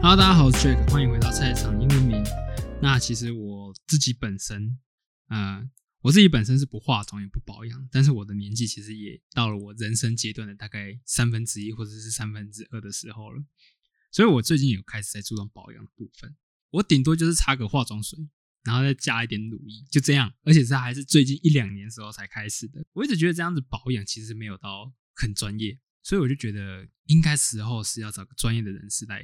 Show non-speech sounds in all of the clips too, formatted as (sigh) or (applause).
Hello，大家好，我是 Jack，欢迎回到菜市场英文名。那其实我自己本身，呃，我自己本身是不化妆也不保养，但是我的年纪其实也到了我人生阶段的大概三分之一或者是三分之二的时候了，所以我最近有开始在注重保养的部分。我顶多就是擦个化妆水，然后再加一点乳液，就这样。而且这还是最近一两年时候才开始的。我一直觉得这样子保养其实没有到很专业，所以我就觉得应该时候是要找个专业的人士来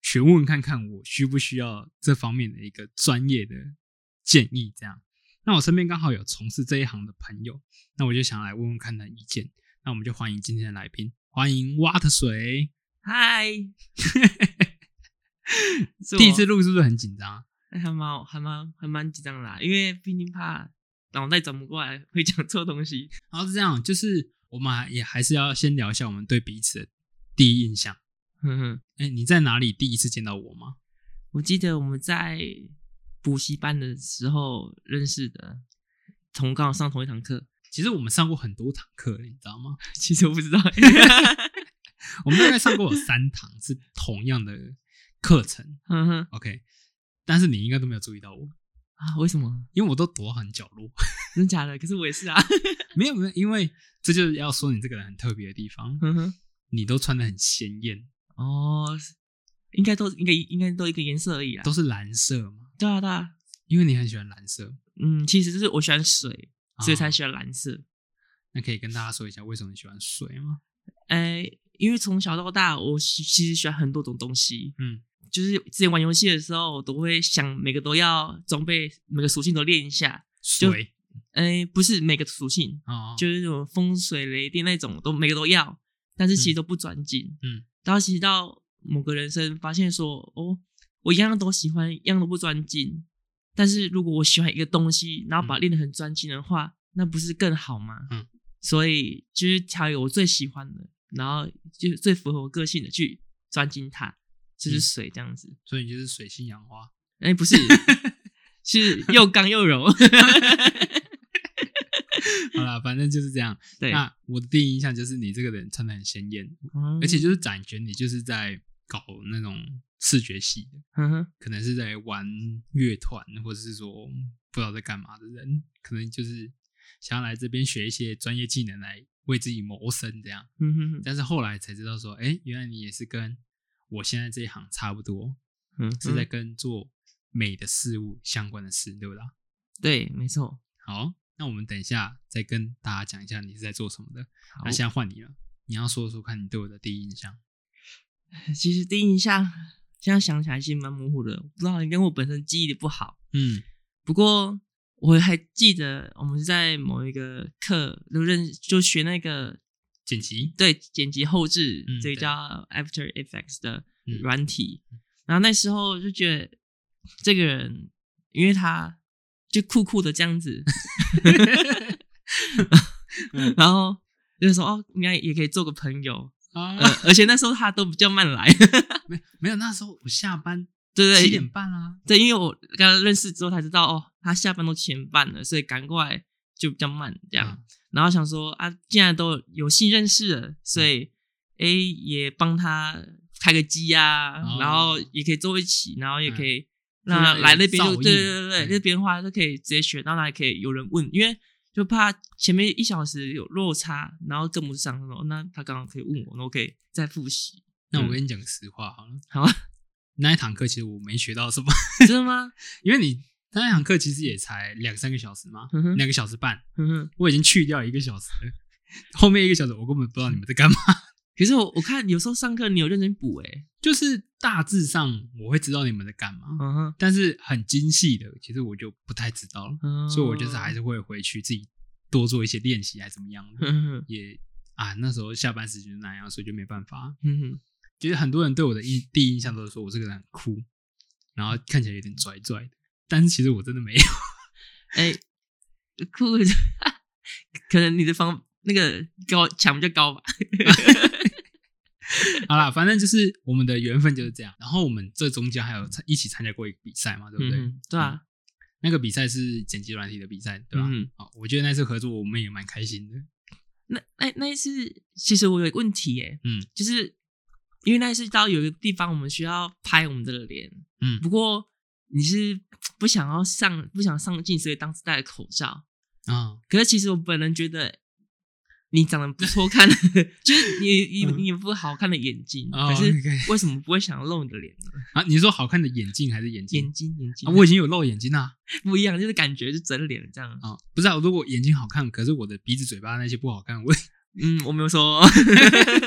询问看看我需不需要这方面的一个专业的建议。这样，那我身边刚好有从事这一行的朋友，那我就想来问问看他的意见。那我们就欢迎今天的来宾，欢迎挖的水。 (laughs) 嗨，是我哦第一次录是不是很紧张啊？哎还蛮还蛮还蛮紧张的啦，啊因为毕竟怕脑袋转不过来会讲错东西。然后是这样，就是我们还也还是要先聊一下我们对彼此的第一印象。哼哼，哎，你在哪里第一次见到我吗？我记得我们在补习班的时候认识的，同刚好上同一堂课。其实我们上过很多堂课，你知道吗？其实我不 (laughs) 知道，我们大概上过有三堂是同样的课程 (laughs) 哼哼，OK。但是你应该都没有注意到我，啊，为什么？因为我都躲很角落。 (laughs) 真假的？可是我也是啊。没有没有，因为这就是要说你这个人很特别的地方，哼哼，你都穿的很鲜艳，哦，是应该都应该应该都一个颜色而已啦啊都。是蓝色嘛，对啊对啊，因为你很喜欢蓝色，嗯，其实就是我喜欢水，所以才哦喜欢蓝色。那可以跟大家说一下为什么你喜欢水吗？哎，因为从小到大，我其其实喜欢很多种东西，嗯，就是之前玩游戏的时候，我都会想每个都要装备，每个属性都练一下。就水哎，不是每个属性，哦，就是那种风水雷电那种，都每个都要，但是其实都不专精。嗯，然后其实到某个人生发现说，哦，我一样都喜欢，一样都不专精。但是如果我喜欢一个东西，然后把它练得很专精的话，那不是更好吗？嗯，所以就是挑一个我最喜欢的，然后就是最符合我个性的去专精它，就是嗯水这样子。所以你就是水性杨花。哎、(laughs) 不是，是又刚又柔。 (laughs) 好啦，反正就是这样。 (laughs) 对，那我的第一印象就是你这个人穿的很鲜艳，嗯啊而且就是感觉你就是在搞那种视觉系的，嗯哼可能是在玩乐团，或者是说不知道在干嘛的人，可能就是想要来这边学一些专业技能来为自己谋生这样。嗯哼哼但是后来才知道说，哎、原来你也是跟我现在这一行差不多，嗯哼，是在跟做美的事物相关的事，对不对？对，没错。好，那我们等一下再跟大家讲一下你是在做什么的。好那现在换你了，你要说说看你对我的第一印象。其实第一印象现在想起来其实蛮模糊的，不知道应该我本身记忆力不好。嗯不过我还记得我们是在某一个课就认就学那个剪辑对剪辑后置，嗯这个对叫 After Effects 的嗯软体。然后那时候就觉得这个人，因为他就酷酷的这样子， (laughs) 嗯 (laughs) 然后就说哦，应该也可以做个朋友。啊 (laughs) 呃，而且那时候他都比较慢来，没没有，那时候我下班对不对？七点半啊，对，因为我跟他认识之后才知道，哦，他下班都前半了，所以赶过来就比较慢这样。嗯然后想说啊，既然都有幸认识了，所以嗯诶也帮他开个机啊，哦然后也可以坐一起，然后也可以嗯让他就来是那边就造对诣对对嗯对，那边的话就可以直接学，然后还可以有人问，因为就怕前面一小时有落差，然后跟不上，哦那他刚好可以问我，那我可以再复习。那我嗯跟你讲个实话好了。好啊， (laughs) 那一堂课其实我没学到什么，真的吗？ (laughs) 因为你那一堂课其实也才两三个小时嘛，嗯哼两个小时半，哼哼我已经去掉一个小时了。后面一个小时我根本不知道你们在干嘛， (laughs) 可是我我看有时候上课你有认真补诶、欸就是大致上我会知道你们在干嘛，嗯哼，但是很精细的，其实我就不太知道了。嗯所以我就是还是会回去自己多做一些练习，还是怎么样的。嗯哼，也啊，那时候下班时间就那样，所以就没办法。 (laughs) 嗯哼，其实很多人对我的印第一印象都是说我这个人很酷，然后看起来有点拽拽的，但是其实我真的没有。 (laughs) 哎、酷， (laughs) 可能你的方那个高墙比较高吧。好啦，反正就是我们的缘分就是这样。然后我们这中间还有参一起参加过一个比赛嘛，对不对？嗯哼，对啊，那个比赛是剪辑软体的比赛，对吧？嗯哼好，我觉得那次合作我们也蛮开心的。那那那一次，其实我有一个问题、耶，欸嗯，就是因为那一次到有一个地方，我们需要拍我们的脸，嗯不过你是不想要上不想上镜，所以当时戴了口罩。啊，可是其实我本人觉得你长得不错看，就是你你嗯你有副好看的眼睛，哦可是 OK 为什么不会想要露你的脸呢？啊，你说好看的眼镜还是眼眼睛？睛眼睛、啊，我已经有露眼睛啦。不一样，就是感觉就整脸这样。啊，不是啊，如果眼睛好看，可是我的鼻子、嘴巴那些不好看，我 (laughs) 嗯，我没有说，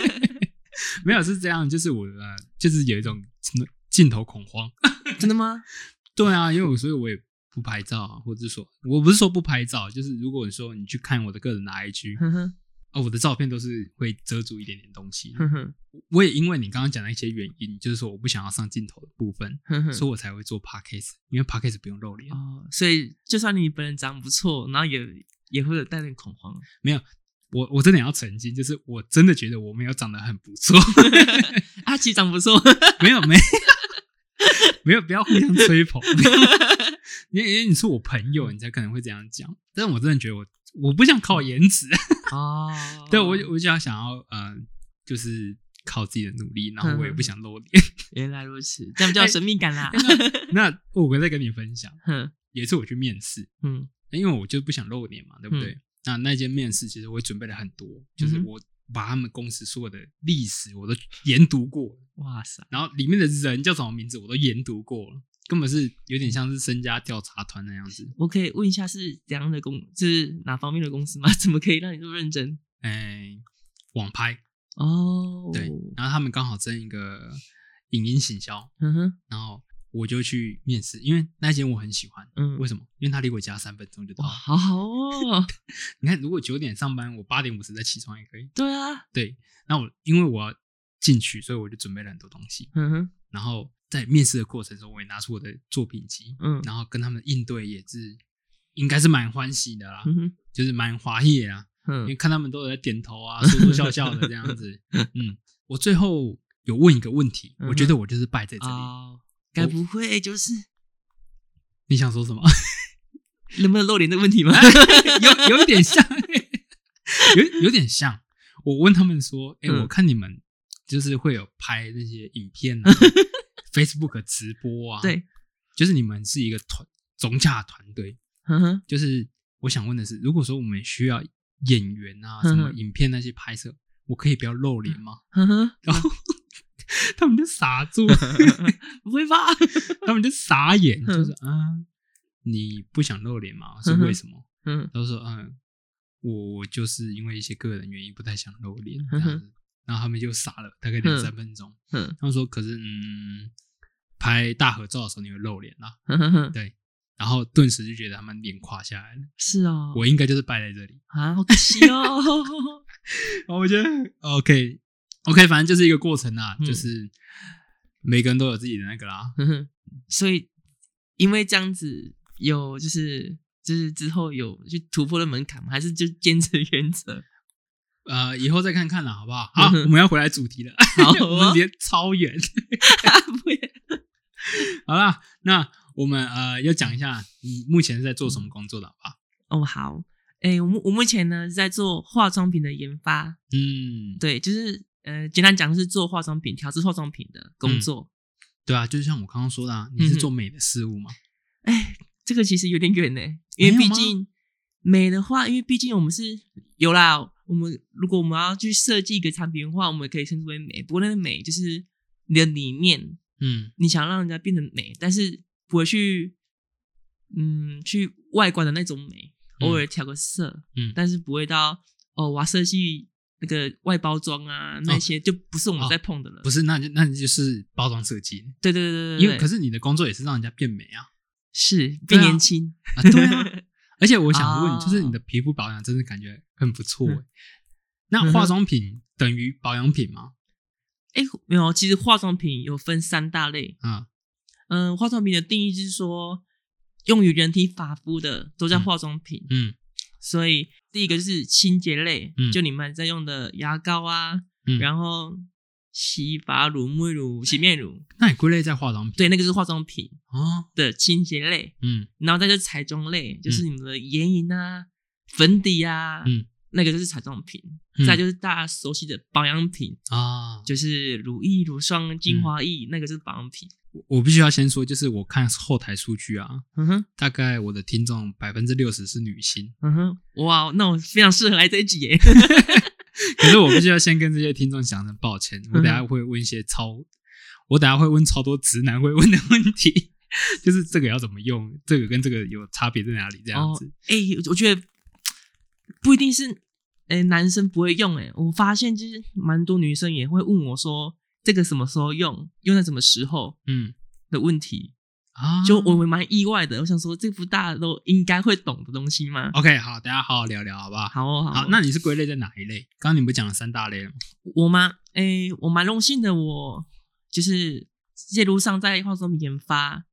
(laughs) 没有是这样，就是我呃，就是有一种镜头恐慌。真的吗？对啊，因为我所以我也不拍照啊，或者是说我不是说不拍照，就是如果你说你去看我的个人的 IG 哼哼啊，我的照片都是会遮住一点点东西。哼哼我也因为你刚刚讲的一些原因，就是说我不想要上镜头的部分，哼哼。所以我才会做 podcast，因为 podcast 不用露脸。嗯哦，所以就算你本人长得不错，然后也也会有带点恐慌。没有，我我真的要澄清，就是我真的觉得我没有长得很不错， (laughs) 啊，其实长得不错，没有没有没有，不要互相吹捧。 (laughs) 因为因为你是我朋友，你才可能会这样讲。但我真的觉得我我不想靠颜值，哦，对我我就要想要呃，就是靠自己的努力，然后我也嗯不想露脸。 (laughs) 原来如此，这样比较有神秘感啦。 (laughs) 那我再跟你分享，哼有一次我去面试，嗯因为我就不想露脸嘛，对不对？那那间面试其实我也准备了很多，就是嗯哼我把他们公司所有的历史我都研读过，哇塞，然后里面的人叫什么名字我都研读过了，根本是有点像是身家调查团那样子。我可以问一下是怎样的公，是哪方面的公司吗？ (laughs) 怎么可以让你这么认真？哎，网拍哦，对，然后他们刚好争一个影音行销，嗯哼，然后我就去面试，因为那间我很喜欢。嗯，为什么？因为他离我家三分钟就到哇，。好好哦，你看，如果九点上班，我八点五十再起床也可以。对啊，对，那我因为我要进去，所以我就准备了很多东西。嗯哼，然后在面试的过程中，我也拿出我的作品集， (laughs) 嗯然后跟他们应对也是应该是蛮欢喜的啦，嗯哼，就是蛮华丽的啦，因为嗯看他们都有在点头 (laughs) 啊，说说笑笑的这样子。嗯，我最后有问一个问题，我嗯觉得我就是败在这里。哦，该不会就是你想说什么？能不能露脸的问题吗？啊 (laughs) 有有一点像，有有点像。我问他们说：“哎、嗯我看你们就是会有拍那些影片 (laughs) 啊，Facebook 直播啊，， (laughs) 对，就是你们是一个团总洽团队。嗯哼，就是我想问的是，如果说我们需要演员啊，什么嗯哼影片那些拍摄，我可以不要露脸吗 (laughs) 嗯哼，？”然后他们就傻住，不会吧？他们就傻眼，嗯就是啊，你不想露脸吗？是嗯哼为什么？嗯他就说：“嗯，我就是因为一些个人原因不太想露脸。”这嗯样哼子，然后他们就傻了，大概两嗯三分钟。嗯他们说：“可是，嗯，拍大合照的时候你会露脸啦。嗯哼 (laughs) 哼”，对，然后顿时就觉得他们脸垮下来了。是哦，我应该就是败在这里。啊，好可惜 (laughs) 哦。然后我觉得 OK OK，反正就是一个过程啊，嗯就是每个人都有自己的那个啦。哼哼，所以因为这样子有就是就是之后有去突破的门槛吗？还是就坚持原则？呃，以后再看看啦，好不好？好嗯，哼我们要回来主题了， (laughs) 好 (laughs) 我们哦直，接超远。 (laughs) 不会好啦，那我们呃要讲一下你目前是在做什么工作的，好吧？哦好，哎、我目我目前呢是在做化妆品的研发，嗯，对，就是呃简单讲是做化妆品调制化妆品的嗯工作。对啊，就是像我刚刚说的、啊，嗯你是做美的事物嘛？哎、这个其实有点远呢、因为没有毕吗竟美的话，因为毕竟我们是有啦，我们如果我们要去设计一个产品的话，我们可以称之为美，不过那个美就是你的理念，嗯你想让人家变得美，但是不会去，嗯，去外观的那种美，嗯偶尔调个色，嗯但是不会到哦，我要设计那个外包装啊，那些、就不是我们在碰的了。哦不是，是，那就那就是包装设计，对对对对对，因为可是是你的工作也是让人家变美啊，是对变啊年轻，啊对啊。 (laughs) 而且我想问，啊就是你的皮肤保养真的感觉很不错、欸嗯那化妆品等于保养品吗？哎、没有，其实化妆品有分三大类，啊，嗯、化妆品的定义就是说，用于人体发肤的都叫嗯化妆品，嗯所以第一个就是清洁类，嗯就你们在用的牙膏啊，嗯，然后洗发乳、沐浴乳、洗面乳，那你归类在化妆品对，那个是化妆品哦，的清洁类，嗯嗯然后再就是彩妆类，就是你们的眼影啊、粉底啊、嗯那个就是彩妆品，嗯再就是大家熟悉的保养品，啊，就是乳液、乳霜、精华液，那个就是保养品。我我必须要先说，就是我看后台数据啊，嗯哼，大概我的听众百分之六十是女性，嗯哼，哇，那我非常适合来这一集 (laughs) 耶。可是我必须要先跟这些听众讲声抱嗯歉，我等下会问一些超，我等下会问超多直男会问的问题， (laughs) 就是这个要怎么用，这个跟这个有差别在哪里？这样子，哎、我觉得不一定是哎、男生不会用哎、我发现就是蛮多女生也会问我说这个什么时候用，用在什么时候嗯的问题，啊，就我们蛮意外的。我想说，这不大家都应该会懂的东西吗？ OK，好，等下好好聊聊，好不好？好哦、哦好哦、好，那你是归类在哪一类？刚刚你不是讲了三大类了吗？我吗？哎、我蛮荣幸的，我就是这路上在化妆品研发，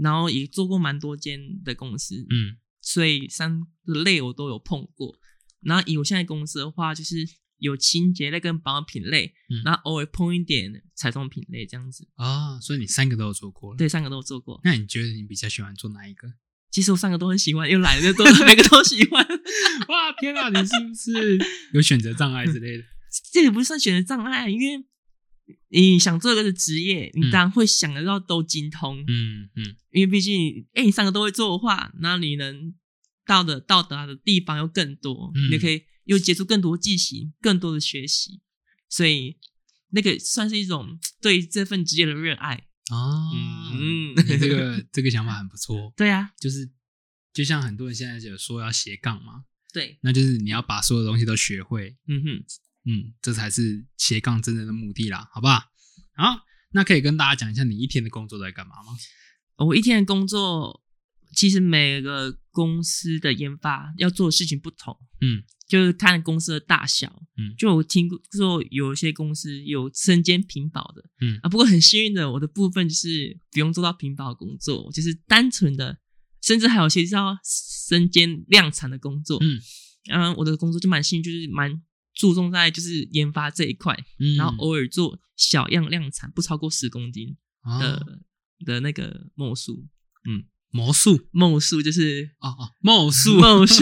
然后也做过蛮多间的公司，嗯所以三个类我都有碰过。然后以我现在公司的话，就是有清洁类跟保养品类，嗯然后偶尔碰一点彩妆品类这样子。啊，所以你三个都有做过了。对，三个都有做过。那你觉得你比较喜欢做哪一个？ (laughs) 其实我三个都很喜欢，又来了，又多，每个都 (laughs) 喜欢。哇，天啊，你是不 (laughs) 是有选择障碍之类的？这也不算选择障碍，因为你想做一个职业，你嗯当然会想得到都精通。嗯嗯因为毕竟你，哎、你三个都会做的话，那你能到的到达的地方又更多，嗯你可以又接触更多技型，更多的学习，所以那个算是一种对这份职业的热爱。啊，嗯，你这个这个想法很不错。对啊，就是就像很多人现在有说要斜杠嘛，对，那就是你要把所有东西都学会，嗯哼，嗯，这才是斜杠真正的目的啦，好不好？好，那可以跟大家讲一下你一天的工作都在干嘛吗？我一天的工作，其实每个公司的研发要做的事情不同，嗯，就是看公司的大小，嗯就我听说有一些公司有身兼屏保的，嗯啊，不过很幸运的，我的部分就是不用做到屏保的工作，就是单纯的，甚至还有一些是要身兼量产的工作，嗯嗯，我的工作就蛮幸运，就是蛮注重在就是研发这一块，嗯然后偶尔做小样量产，不超过十公斤的、哦的那个墨数，魔术墨数就是 (laughs) 哦哦，魔术，(laughs) 墨数，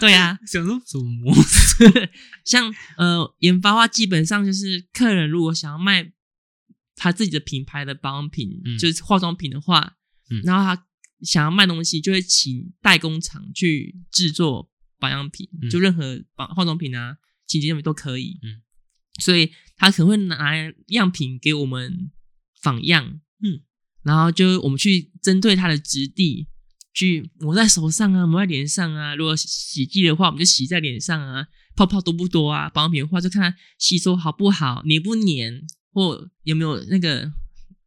对啊呀、想说什么魔术？ (laughs) 像呃研发的话，基本上就是客人如果想要卖他自己的品牌的保养品，嗯就是化妆品的话，嗯然后他想要卖东西，就会请代工厂去制作保养品，嗯就任何保化妆品啊、清洁用品都可以。嗯，所以他可能会拿样品给我们仿样，嗯，然后就我们去针对他的质地。去抹在手上啊，抹在脸上啊。如果洗剂的话，我们就洗在脸上啊。泡泡多不多啊，保养品的话就看它吸收好不好，黏不黏，或有没有那个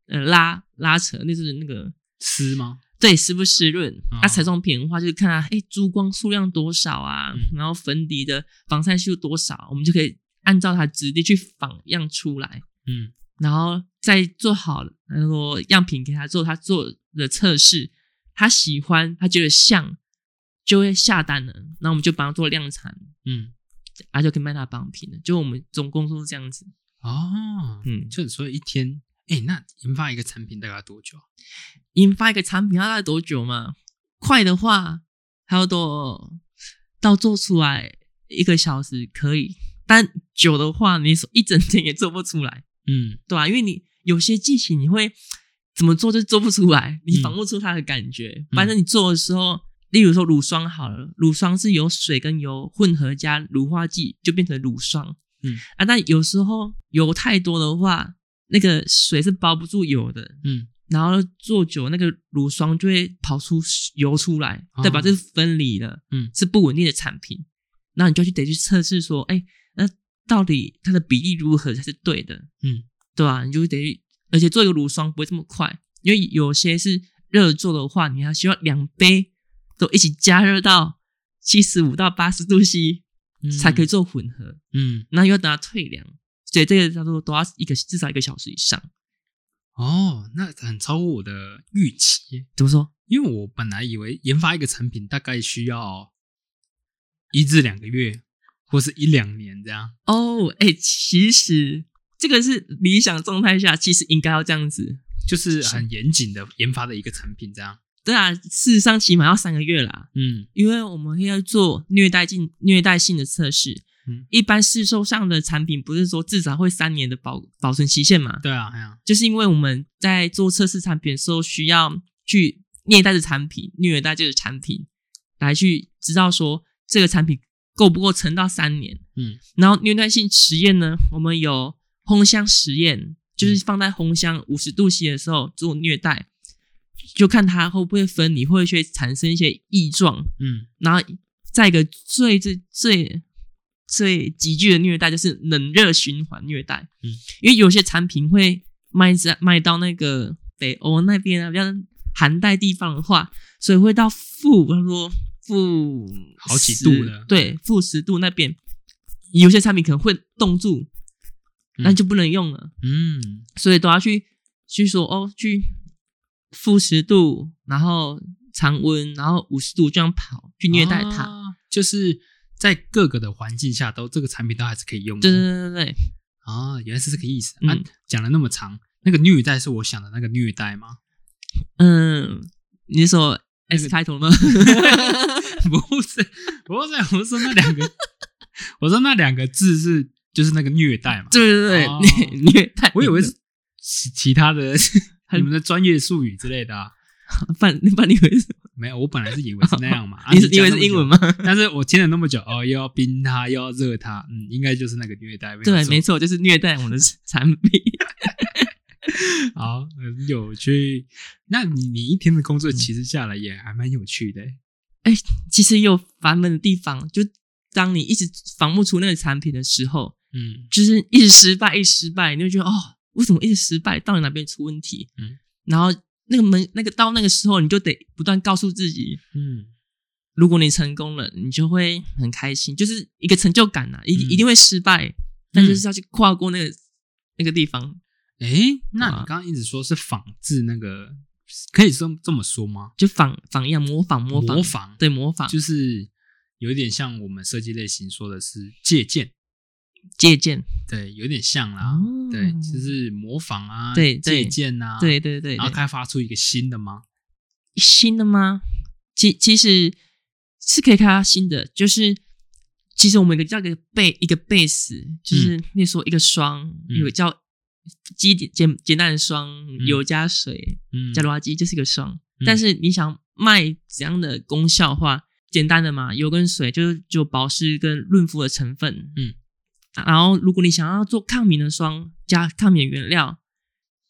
呃拉拉扯，那就是那个吃吗？对湿不啊湿润。哦那、彩妆品的话就是看它哎珠光数量多少啊，嗯然后粉底的防晒系数多少，我们就可以按照它质地去仿样出来，嗯然后再做好那个样品给他做，他做的测试，他喜欢，他觉得像。就会下单了，那我们就帮他做量产，嗯啊，就可以卖他的保养品了。就我们总共都是这样子，哦，嗯，就所以一天，哎，那研发一个产品大概要多久啊？研发一个产品要大概多久嘛？快的话还要多到做出来一个小时可以，但久的话，你一整天也做不出来，嗯对吧、啊因为你有些技情你会怎么做就做不出来，你嗯仿不出它的感觉。反正你做的时候，例如说乳霜好了，乳霜是由水跟油混合加乳化剂，就变成乳霜。嗯啊，但有时候油太多的话，那个水是包不住油的，嗯然后做久那个乳霜就会跑出油出来，哦代表这是分离的，嗯是不稳定的产品。那你就去得去测试说，哎，那到底它的比例如何才是对的？嗯，对吧、你就得去，而且做一个乳霜不会这么快，因为有些是热做的话，你还需要两杯都一起加热到七十五到八十度 C 嗯才可以做混合。嗯那又要等它退凉，所以这个叫做都要一个至少一个小时以上。哦，那很超乎我的预期耶。怎么说？因为我本来以为研发一个产品大概需要一至两个月，或是一两年这样。哦，哎、其实这个是理想状态下，其实应该要这样子。就是很严谨的研发的一个产品，这样对啊，事实上起码要三个月啦，嗯因为我们要做虐待性虐待性的测试。嗯一般市售上的产品不是说至少会三年的保保存期限嘛？对啊，哎呀，就是因为我们在做测试产品的时候，需要去虐待的产品、虐待这个产品，来去知道说这个产品够不够撑到三年。嗯然后虐待性实验呢，我们有烘箱实验，就是放在烘箱五十度 C 的时候做虐待，就看它会不会分离，会不会产生一些异状。嗯然后再一个最最最最急剧的虐待就是冷热循环虐待，嗯，因为有些产品会卖在卖到那个北欧那边啊，比较寒带地方的话，所以会到负，他说负好几10度了对，负十度那边，有些产品可能会冻住，那嗯就不能用了。嗯所以都要去去说哦，去负十度，然后常温，然后五十度这样跑去虐待它。啊就是在各个的环境下都这个产品都还是可以用对对的对对对，啊，原来是这个意思啊嗯，讲了那么长，那个虐待是我想的那个虐待吗？ (laughs) 嗯，你是说 S 开头吗？不是，不是，我说那两个， (laughs) 我说那两个字是就是那个虐待嘛， (laughs) 对对对哦对，虐待。 (laughs) 我以为是其其他 (laughs) 的很你们的专业术语之类的、啊， (laughs) 范范，你以为是？没有，我本来是以为是那样嘛，啊 (laughs) 你是你以为是英文？吗？讲那么久但是我听了那么久，哦，又要冰它，又要热它，嗯，应该就是那个虐待。对，没错。错，就是虐待我们的产品。好，很有趣。那你你一天的工作其实下来也还蛮有趣的欸、其实也有烦闷的地方，就当你一直仿不出那个产品的时候，嗯就是一直失败，一直失败，你就觉得哦，为什么一直失败？到底哪边出问题？嗯，然后那个门，那个到那个时候，你就得不断告诉自己，嗯如果你成功了，你就会很开心，就是一个成就感呐、啊，一、嗯一定会失败，但就是要去跨过那个、那个地方，诶，那你啊刚刚一直说是仿制那个，可以这么这么说吗？就仿仿样模仿模仿模仿对模仿就是有点像我们设计类型说的是借鉴，借鉴，对，有点像啦，哦对，就是模仿啊，对对借鉴啊，对对对然后对，开发出一个新的吗？新的吗？其其实是可以开发新的，就是其实我们有一个叫一个 base 一个 base，就是例如说一个霜，嗯有个叫基底简简单的霜，油加水嗯，加罗拉基就是一个霜。嗯但是你想卖怎样的功效的话，简单的嘛，油跟水就是只有保湿跟润肤的成分。嗯，然后如果你想要做抗敏的霜，加抗敏原料，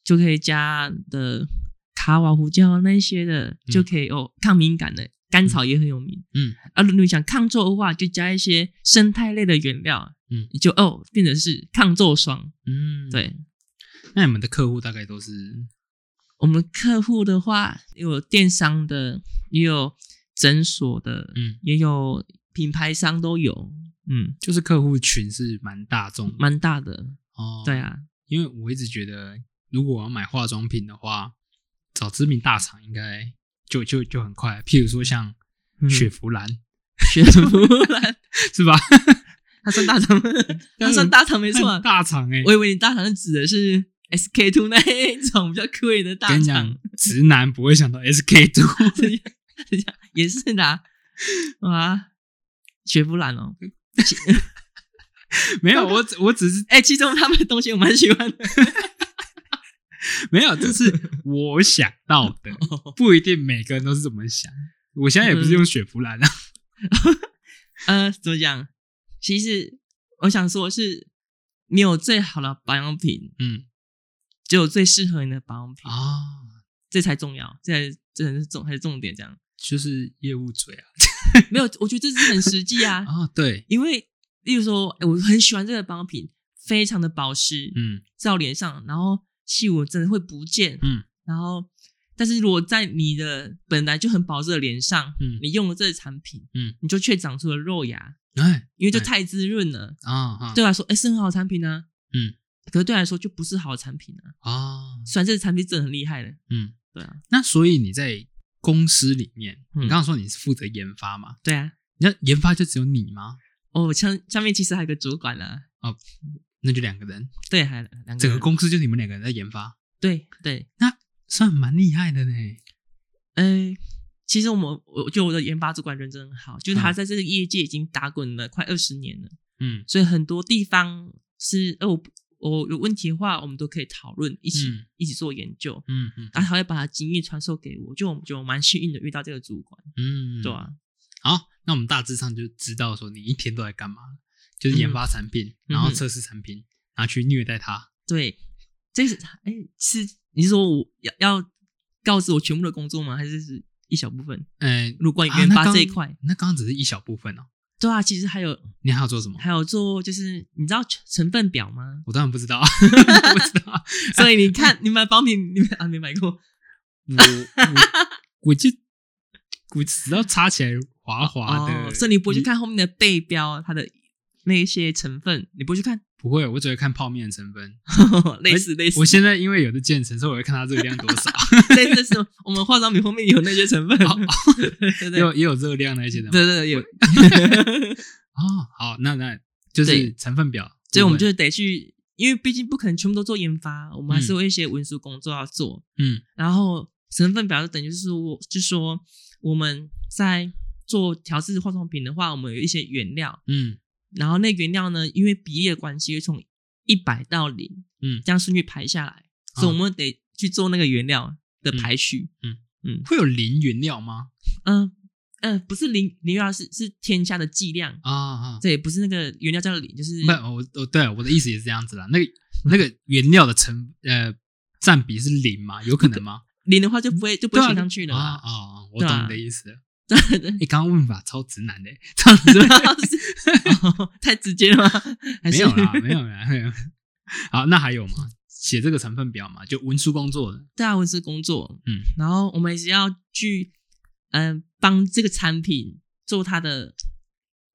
就可以加的卡瓦胡椒那一些的，嗯就可以有抗敏感的。甘草也很有名。嗯，啊，如果你想抗皱的话，就加一些生态类的原料。嗯你就哦，变成是抗皱霜。嗯，。对，那你们的客户大概都是我们客户的话，有电商的，也有诊所的，嗯，也有品牌商都有，嗯，就是客户群是蛮大众的蛮大的。哦，对，啊，因为我一直觉得，如果我要买化妆品的话，找知名大厂应该就就就很快，譬如说像 (laughs) 嗯雪佛兰、学不来，是吧？他算 (laughs) 大厂吗，他算大厂没错啊很。大厂哎、我以为你大厂是指的是 SK two 那一种比较贵的大跟你厂 (laughs) 讲，，直男不会想到 SK two，等一下等一下也是的啊，哇，学不兰哦。没有，我只我只是哎、其中他们的东西我蛮喜欢的， (laughs) 没有，这是我想到 (laughs) 的，不一定每个人都是这么想。我现在也不是用雪佛兰啊，呃，怎么讲？其实我想说的是，没有最好的保养品，嗯只有最适合你的保养品，啊，这才重要，这才这才是重还是重点。这样 (laughs) 就是业务嘴啊没有，我觉得这是很实际啊。啊，对，因为，例如说，哎我很喜欢这个保养品，非常的保湿，嗯在我脸上，然后细纹真的会不见，嗯然后。但是如果在你的本来就很保湿的脸上，嗯你用了这个产品，嗯，你就却长出了肉芽，哎因为就哎太滋润了。啊啊对我来说，哎、是很好的产品啊。嗯，可是对我来说就不是好的产品啊。啊，虽然这个产品真的很厉害的，嗯，对啊，那所以你在公司里面，嗯你刚刚说你是负责研发嘛？对啊。那研发就只有你吗？哦哦，上上面其实还有个主管啦、那就两个人，对，还有两个人整个公司就你们两个人在研发，对对，那算蛮厉害的呢。哎、其实我们我觉得我的研发主管人真的很好，就是他在这个业界已经打滚了快二十年了，嗯所以很多地方是，呃，我我有问题的话，我们都可以讨论，一起、嗯一起做研究，嗯嗯然后他会把他经验传授给我，就我觉得我蛮幸运的遇到这个主管，嗯，对。啊，好，那我们大致上就知道说你一天都在干嘛，就是研发产品，嗯然后测试产品，然后去虐待它。对，这是哎是你是说我要要告知我全部的工作吗？还是是一小部分？嗯、如果啊研那发刚这一块，那刚刚只是一小部分哦。对啊，其实还有你还要做什么？还有做就是你知道成成分 (laughs) 表吗？我当然不知道，不知道。所以你看你买保品，你们啊没买过，我我我就我只要插起来滑滑的，哦，所以你不会去你看后面的背标，它的那一些成分，你不会 (laughs) 去看，不会，我只会看泡面的成分。类似类似哎我现在因为有的健身，所以我会看它热量多 (laughs) 少，类似是我们化妆品后面有那些成分， (laughs) 对对也对哦有也有热量那一些的对嘛。对有，哦，好，那那就是对成分表。所以我们就部分得去，因为毕竟不可能全部都做研发，我们还是有一些文书工作要做，嗯然后成分表就等于是我就说我们在做调制化妆品的话，我们有一些原料，嗯然后那原料呢，因为比例的关系，会从一百到零，嗯这样顺序排下来，啊所以我们得去做那个原料的排序。嗯嗯会有零原料吗？嗯嗯，不是零零原料是是添加的剂量，啊啊，这也不是那个原料叫零，就是不，我我对我的意思也是这样子啦。那个那个原料的成呃占比是零吗？有可能吗？零的话就不会就不会对啊写上去了啊啦。啊，啊我懂你的意思了。 (laughs) 对对，你刚刚问法超直男的，这样主子要是哦 (laughs) 太直接了吗？ (laughs) (laughs) 没还是有啦，没有啦。没有好，那还有吗？写这个成分表嘛，就文书工作的。对啊，文字工作，嗯，然后我们也是要去，嗯、帮这个产品做它的，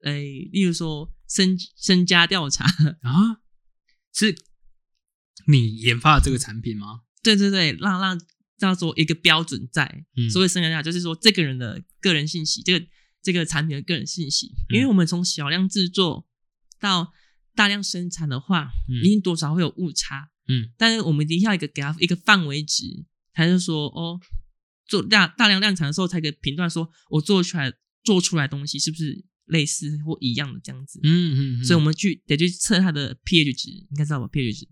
诶、例如说身身家调查， (laughs) 啊，是你研发的这个产品吗？对对对，让让叫做一个标准在，嗯所谓身家调查就是说这个人的个人信息，这个这个产品的个人信息，嗯因为我们从小量制作到大量生产的话，嗯一定多少会有误差，嗯但是我们一定要一个给它一个范围值，才是说哦，做大大量量产的时候才可以评断说我做出来做出来的东西是不是类似或一样的这样子。嗯嗯，所以我们们去得去测它的 pH 值，你应该知道吧？pH 值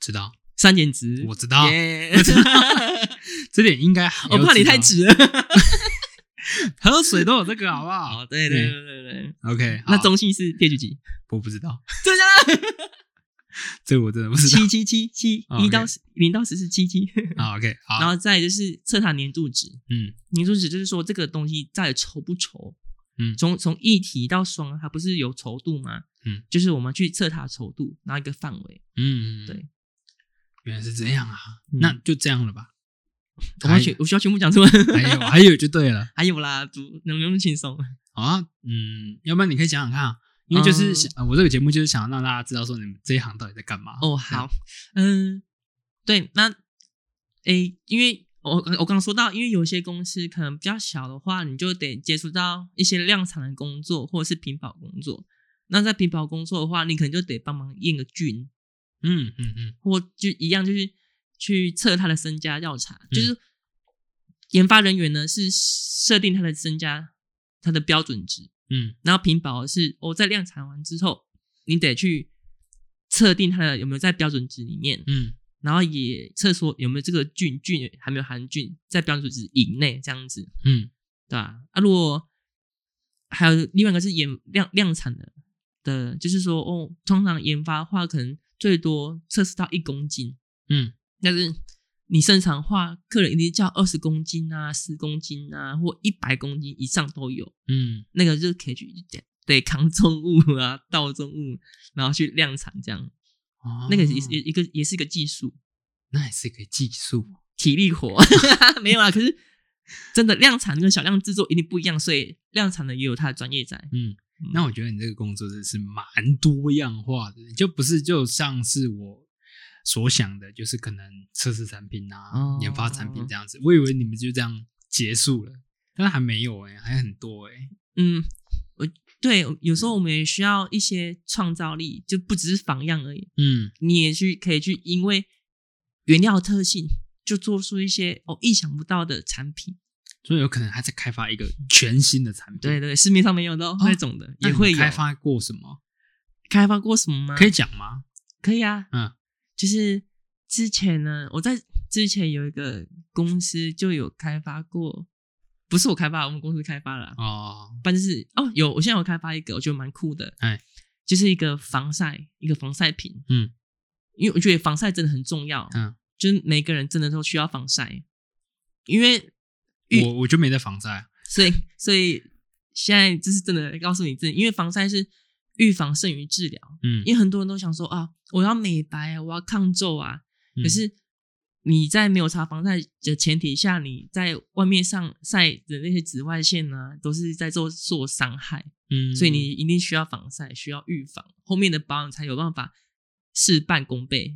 知道，酸碱值，我知道， (laughs) 耶我知道这点应该我怕你太直，直了。 (laughs) 喝水都有这个，好不好 (laughs) 哦，对对对对对， ？OK，那嗯好中性是 (laughs) pH 几？我不知道，真的假的？这个我真的不知道七七七七哦，一 OK 到十零到十是七七，啊。OK，然好，后再就是测它粘度值，嗯凝珠纸就是说这个东西到底稠不稠？嗯从从液体到霜，啊它不是有稠度吗？嗯，就是我们去测它的稠度，然后一个范围。嗯，嗯对，原来是这样啊，嗯那就这样了 (laughs) 吧。我要还全我需要全部讲出来。还有还有就对了，还有啦，不能不能轻松？好啊，嗯，要不然你可以想想看啊，因为嗯就是想、呃我这个节目就是想让大家知道说你们这一行到底在干嘛。哦，好，嗯，对，那诶，因为我我刚刚说到，因为有些公司可能比较小的话，你就得接触到一些量产的工作或者是屏保工作。那在屏保工作的话，你可能就得帮忙验个菌，嗯嗯嗯或就一样，就是去测他的身家调查，就是研发人员呢是设定他的身家他的标准值，嗯然后屏保是我、哦、在量产完之后，你得去测定它的有没有在标准值里面，嗯然后也测说有没有这个菌菌还没有含菌在标准值以内这样子，嗯对吧、啊？如果还有另外一个是研量量产的的，就是说哦，通常研发的话可能最多测试到一公斤，嗯但是你生产的话，客人一定叫二十公斤啊、十公斤啊，或一百公斤以上都有，嗯那个就是可以去得扛重物啊、倒重物，然后去量产这样，哦那个也是也一个也是一个技术，那也是一个技术体力活 (laughs) 没有啊，可是。真的量产跟小量制作一定不一样，所以量产的也有它的专业在。嗯。那我觉得你这个工作真的是蛮多样化的，就不是就像是我所想的，就是可能测试产品啊、哦研发产品这样子。我以为你们就这样结束了，但是还没有哎、还很多哎、嗯，我对有时候我们也需要一些创造力，就不只是仿样而已。嗯你也去可以去因为原料特性，就做出一些哦意想不到的产品。所以有可能还在开发一个全新的产品。对对对，市面上没有的、哦、那种的，那也你会有开发过什么？开发过什么吗？可以讲吗？可以啊，嗯，就是之前呢，我在之前有一个公司就有开发过，不是我开发，我们公司开发了啊，哦，反正就是哦，有我现在有开发一个，我觉得蛮酷的，哎，就是一个防晒，一个防晒品，嗯因为我觉得防晒真的很重要，嗯，就是每个人真的都需要防晒，因为玉我我就没在防晒，所以所以现在就是真的告诉你，真的因为防晒是预防胜于治疗，嗯，因为很多人都想说啊，我要美白啊，我要抗皱啊，嗯可是你在没有擦防晒的前提下，你在外面上晒的那些紫外线呢、都是在做做伤害，嗯，所以你一定需要防晒，需要预防，后面的保养才有办法事半功倍。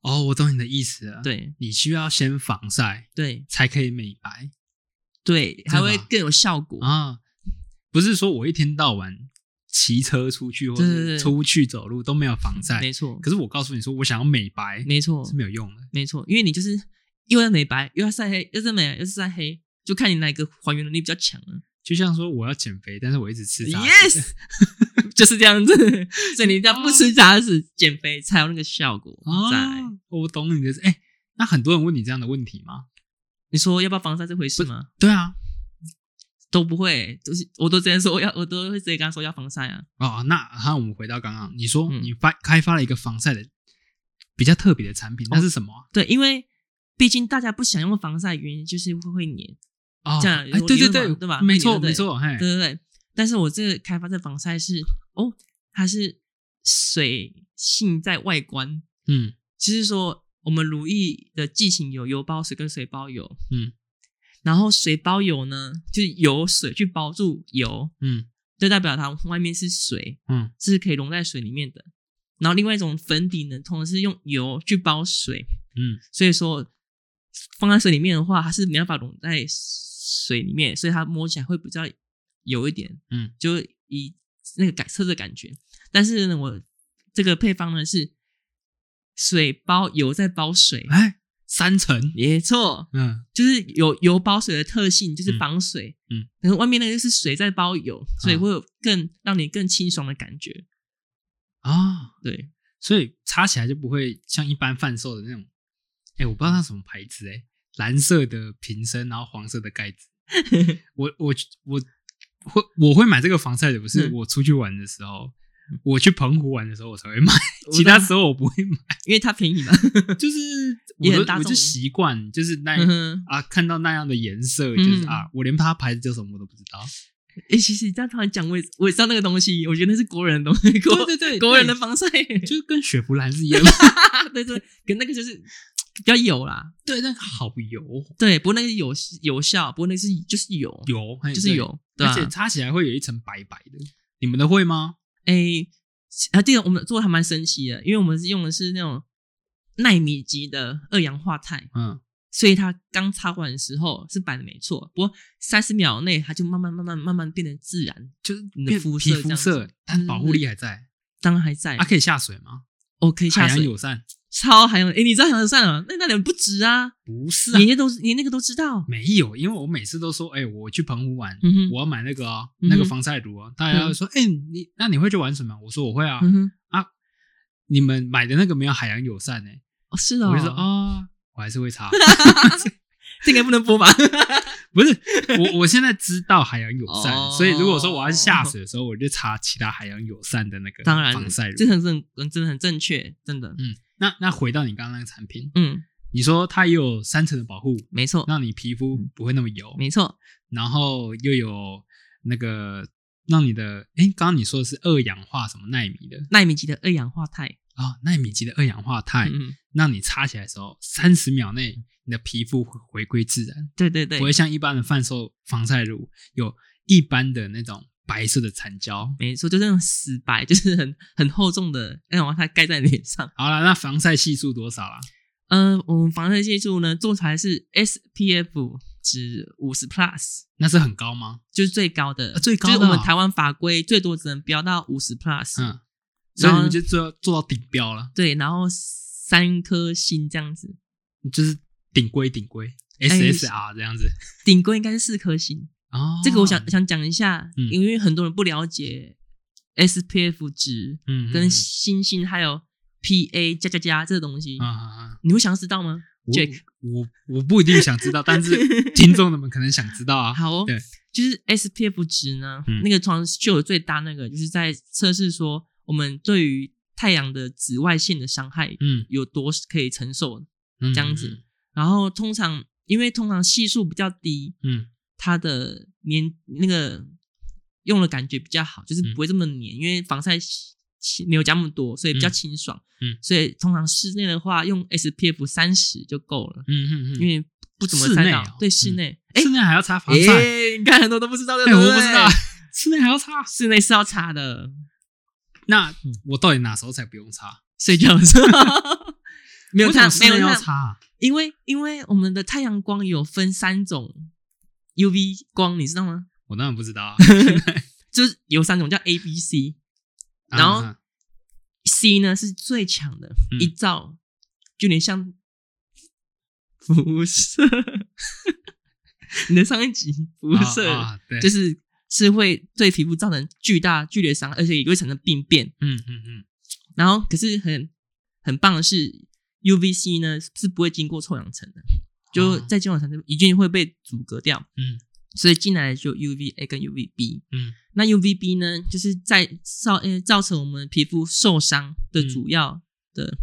哦，我懂你的意思了，，对你需要先防晒对才可以美白对，吧还会更有效果。啊，不是说我一天到晚骑车出去或对对者对出去走路都没有防晒，没错，可是我告诉你说我想要美白没错，是没有用的，没错，因为你就是又要美白，又要晒黑，又是美白，又是晒黑，就看你哪一个还原能力比较强了、就像说我要减肥，但是我一直吃炸鸡 Yes，就是 (laughs) 这样子，所以你一定要不吃杂食减肥才有那个效果哦在。，我懂你的意思，哎，那很多人问你这样的问题吗？你说要不要防晒这回事吗？对啊，都不会，就是我都直接说要，我都会直接跟他说要防晒啊。哦，那好，我们回到刚刚，你说嗯你发开发了一个防晒的比较特别的产品，哦那是什么对，因为毕竟大家不想用防晒，原因就是会会黏。啊？哦，这样哎，对对有理对，论嘛对吧没错对对没错，嘿对，对对，但是我这个开发这防晒是哦，它是水性在外观，嗯就是说我们如意的寄情油油包水跟水包油，嗯，然后水包油呢，就是油水去包住油，嗯就代表它外面是水，嗯是可以溶在水里面的。然后另外一种粉底呢，通常是用油去包水，嗯所以说放在水里面的话，它是没办法溶在水里面，所以它摸起来会比较油一点，嗯，就以那个感测的感觉。但是呢，我这个配方呢是水包油再包水，哎，三层，没错，嗯就是有油包水的特性，就是嗯防水，嗯，可是外面那个是水在包油，所以啊会有更让你更清爽的感觉，啊， (laughs) 对，所以擦起来就不会像一般贩售的那种，哎，我不知道它什么牌子，哎，蓝色的瓶身，然后黄色的盖子，我我我会我会买这个防晒的，不是嗯我出去玩的时候，我去澎湖玩的时候我才会买，其他时候我不会买。 (laughs) 因为它便宜嘛，就是我也很都大我就众啊习惯，就是那、 (laughs) 嗯哼啊，看到那样的颜色，就是、嗯啊，我连它牌子叫什么我都不知道。哎、其实你这样突然讲，我也我也知道那个东西，我觉得那是国人的东西，国对对 (laughs) 国人的防晒， (laughs) 就是跟雪佛兰是一样的， (laughs) 对对，跟那个就是比较油啦，对，但好油对，不过那个是有有效，不过那个是就是油，油，嘿就是，油，对对啊而吧、且擦起来会有一层白白的。你们的会吗？哎、啊，这个我们做的还蛮神奇的，因为我们是用的是那种纳米级的二氧化钛，嗯，所以它刚擦完的时候是白的没错，不过三十秒内它就慢慢慢慢慢慢变得自然，就是你的变肤皮色这肤样色子，嗯但保护力还在。当然还在，它、可以下水吗？我可以下啊海洋水，友善？超含有，哎、你知道海洋算了，那那点不值啊。不是啊你，那都你那个都知道，没有，因为我每次都说，哎、我去澎湖玩，嗯哼我要买那个、哦、嗯哼那个防晒乳哦。大家会说，哎、你那你会去玩什么？我说我会啊。嗯哼，啊，你们买的那个没有海洋友善呢、哦是哦，我就 (laughs) 说啊、我还是会 (laughs) 擦。这个不能播 (laughs) 吧？不是，我我现在知道海洋友善，哦所以如果说 (laughs) 我要下水的时候，我就擦其他海洋友善的那个当然，防晒乳。这很很真的很正确，真的，嗯，那那回到你刚刚那个产品，嗯，你说它也有三层的保护，没错，让你皮肤不会那么油，嗯没错，然后又有那个让你的，哎，刚刚你说的是二氧化什么纳米的纳米级的二氧化钛，啊，纳、米级的二氧化钛，嗯，嗯让你擦起来的时候，三十秒内你的皮肤会回归自然，对对对不，会像一般的贩售防晒乳有一般的那种白色的残胶。没错，就是那种死白，就是很很厚重的二氧化钛盖在脸上。好了，那防晒系数多少啦？嗯，我们防晒技术呢，做出来是 SPF 值五十 plus。那是很高吗？就是最高的，啊最高的就是我们啊台湾法规最多只能标到五十 plus，、嗯，所以你然后们就做做到顶标了，对，然后三颗星这样子，就是顶规顶规哎 SSR 这样子。顶规应该是四颗星。哦，这个我想想讲一下，嗯因为很多人不了解 SPF 值嗯，嗯跟嗯星星还有 PA 加加加这个东西，啊啊啊，你会想要知道吗？我 Jack 我我不一定想知道，但 (laughs) 是听众们可能想知道啊。好哦对，就是 SPF 值呢，嗯那个床就有最大那个，就是在测试说我们对于太阳的紫外线的伤害嗯，有多可以承受。嗯这样子，然后通常因为通常系数比较低，嗯它的粘那个用的感觉比较好，就是嗯不会这么粘，因为防晒没有加那么多，所以比较嗯清爽。嗯所以通常室内的话，用 SPF 三十就够了，嗯嗯嗯，因为不怎么室晒内到。哦对，室嗯内，哎、室内还要擦防晒，哎，哎，你看很多都不知 (laughs) 道，对不我对？不知道，室内还要擦，室内是要擦的，那我到底哪时候才不用擦？睡觉的时候 (laughs) 没有为什擦么，室没有内要擦，擦啊，因为因为我们的太阳光有分三种 UV 光，你知道吗？我当然不知 (laughs) 道啊。就是有三种叫 A、B、C，啊然后啊 C 呢是最强的，嗯一照就有点像辐射。 (laughs) 你的上一集辐射、啊啊对，就是是会对皮肤造成巨大剧烈伤害，而且也会产生病变。嗯嗯嗯，然后可是很很棒的是，UVC 呢是不会经过臭氧层的，就哦在经过臭氧层一定会被阻隔掉。嗯，所以进来就 UVA 跟 UVB。嗯，那 UVB 呢，就是在造呃造成我们皮肤受伤的嗯主要的、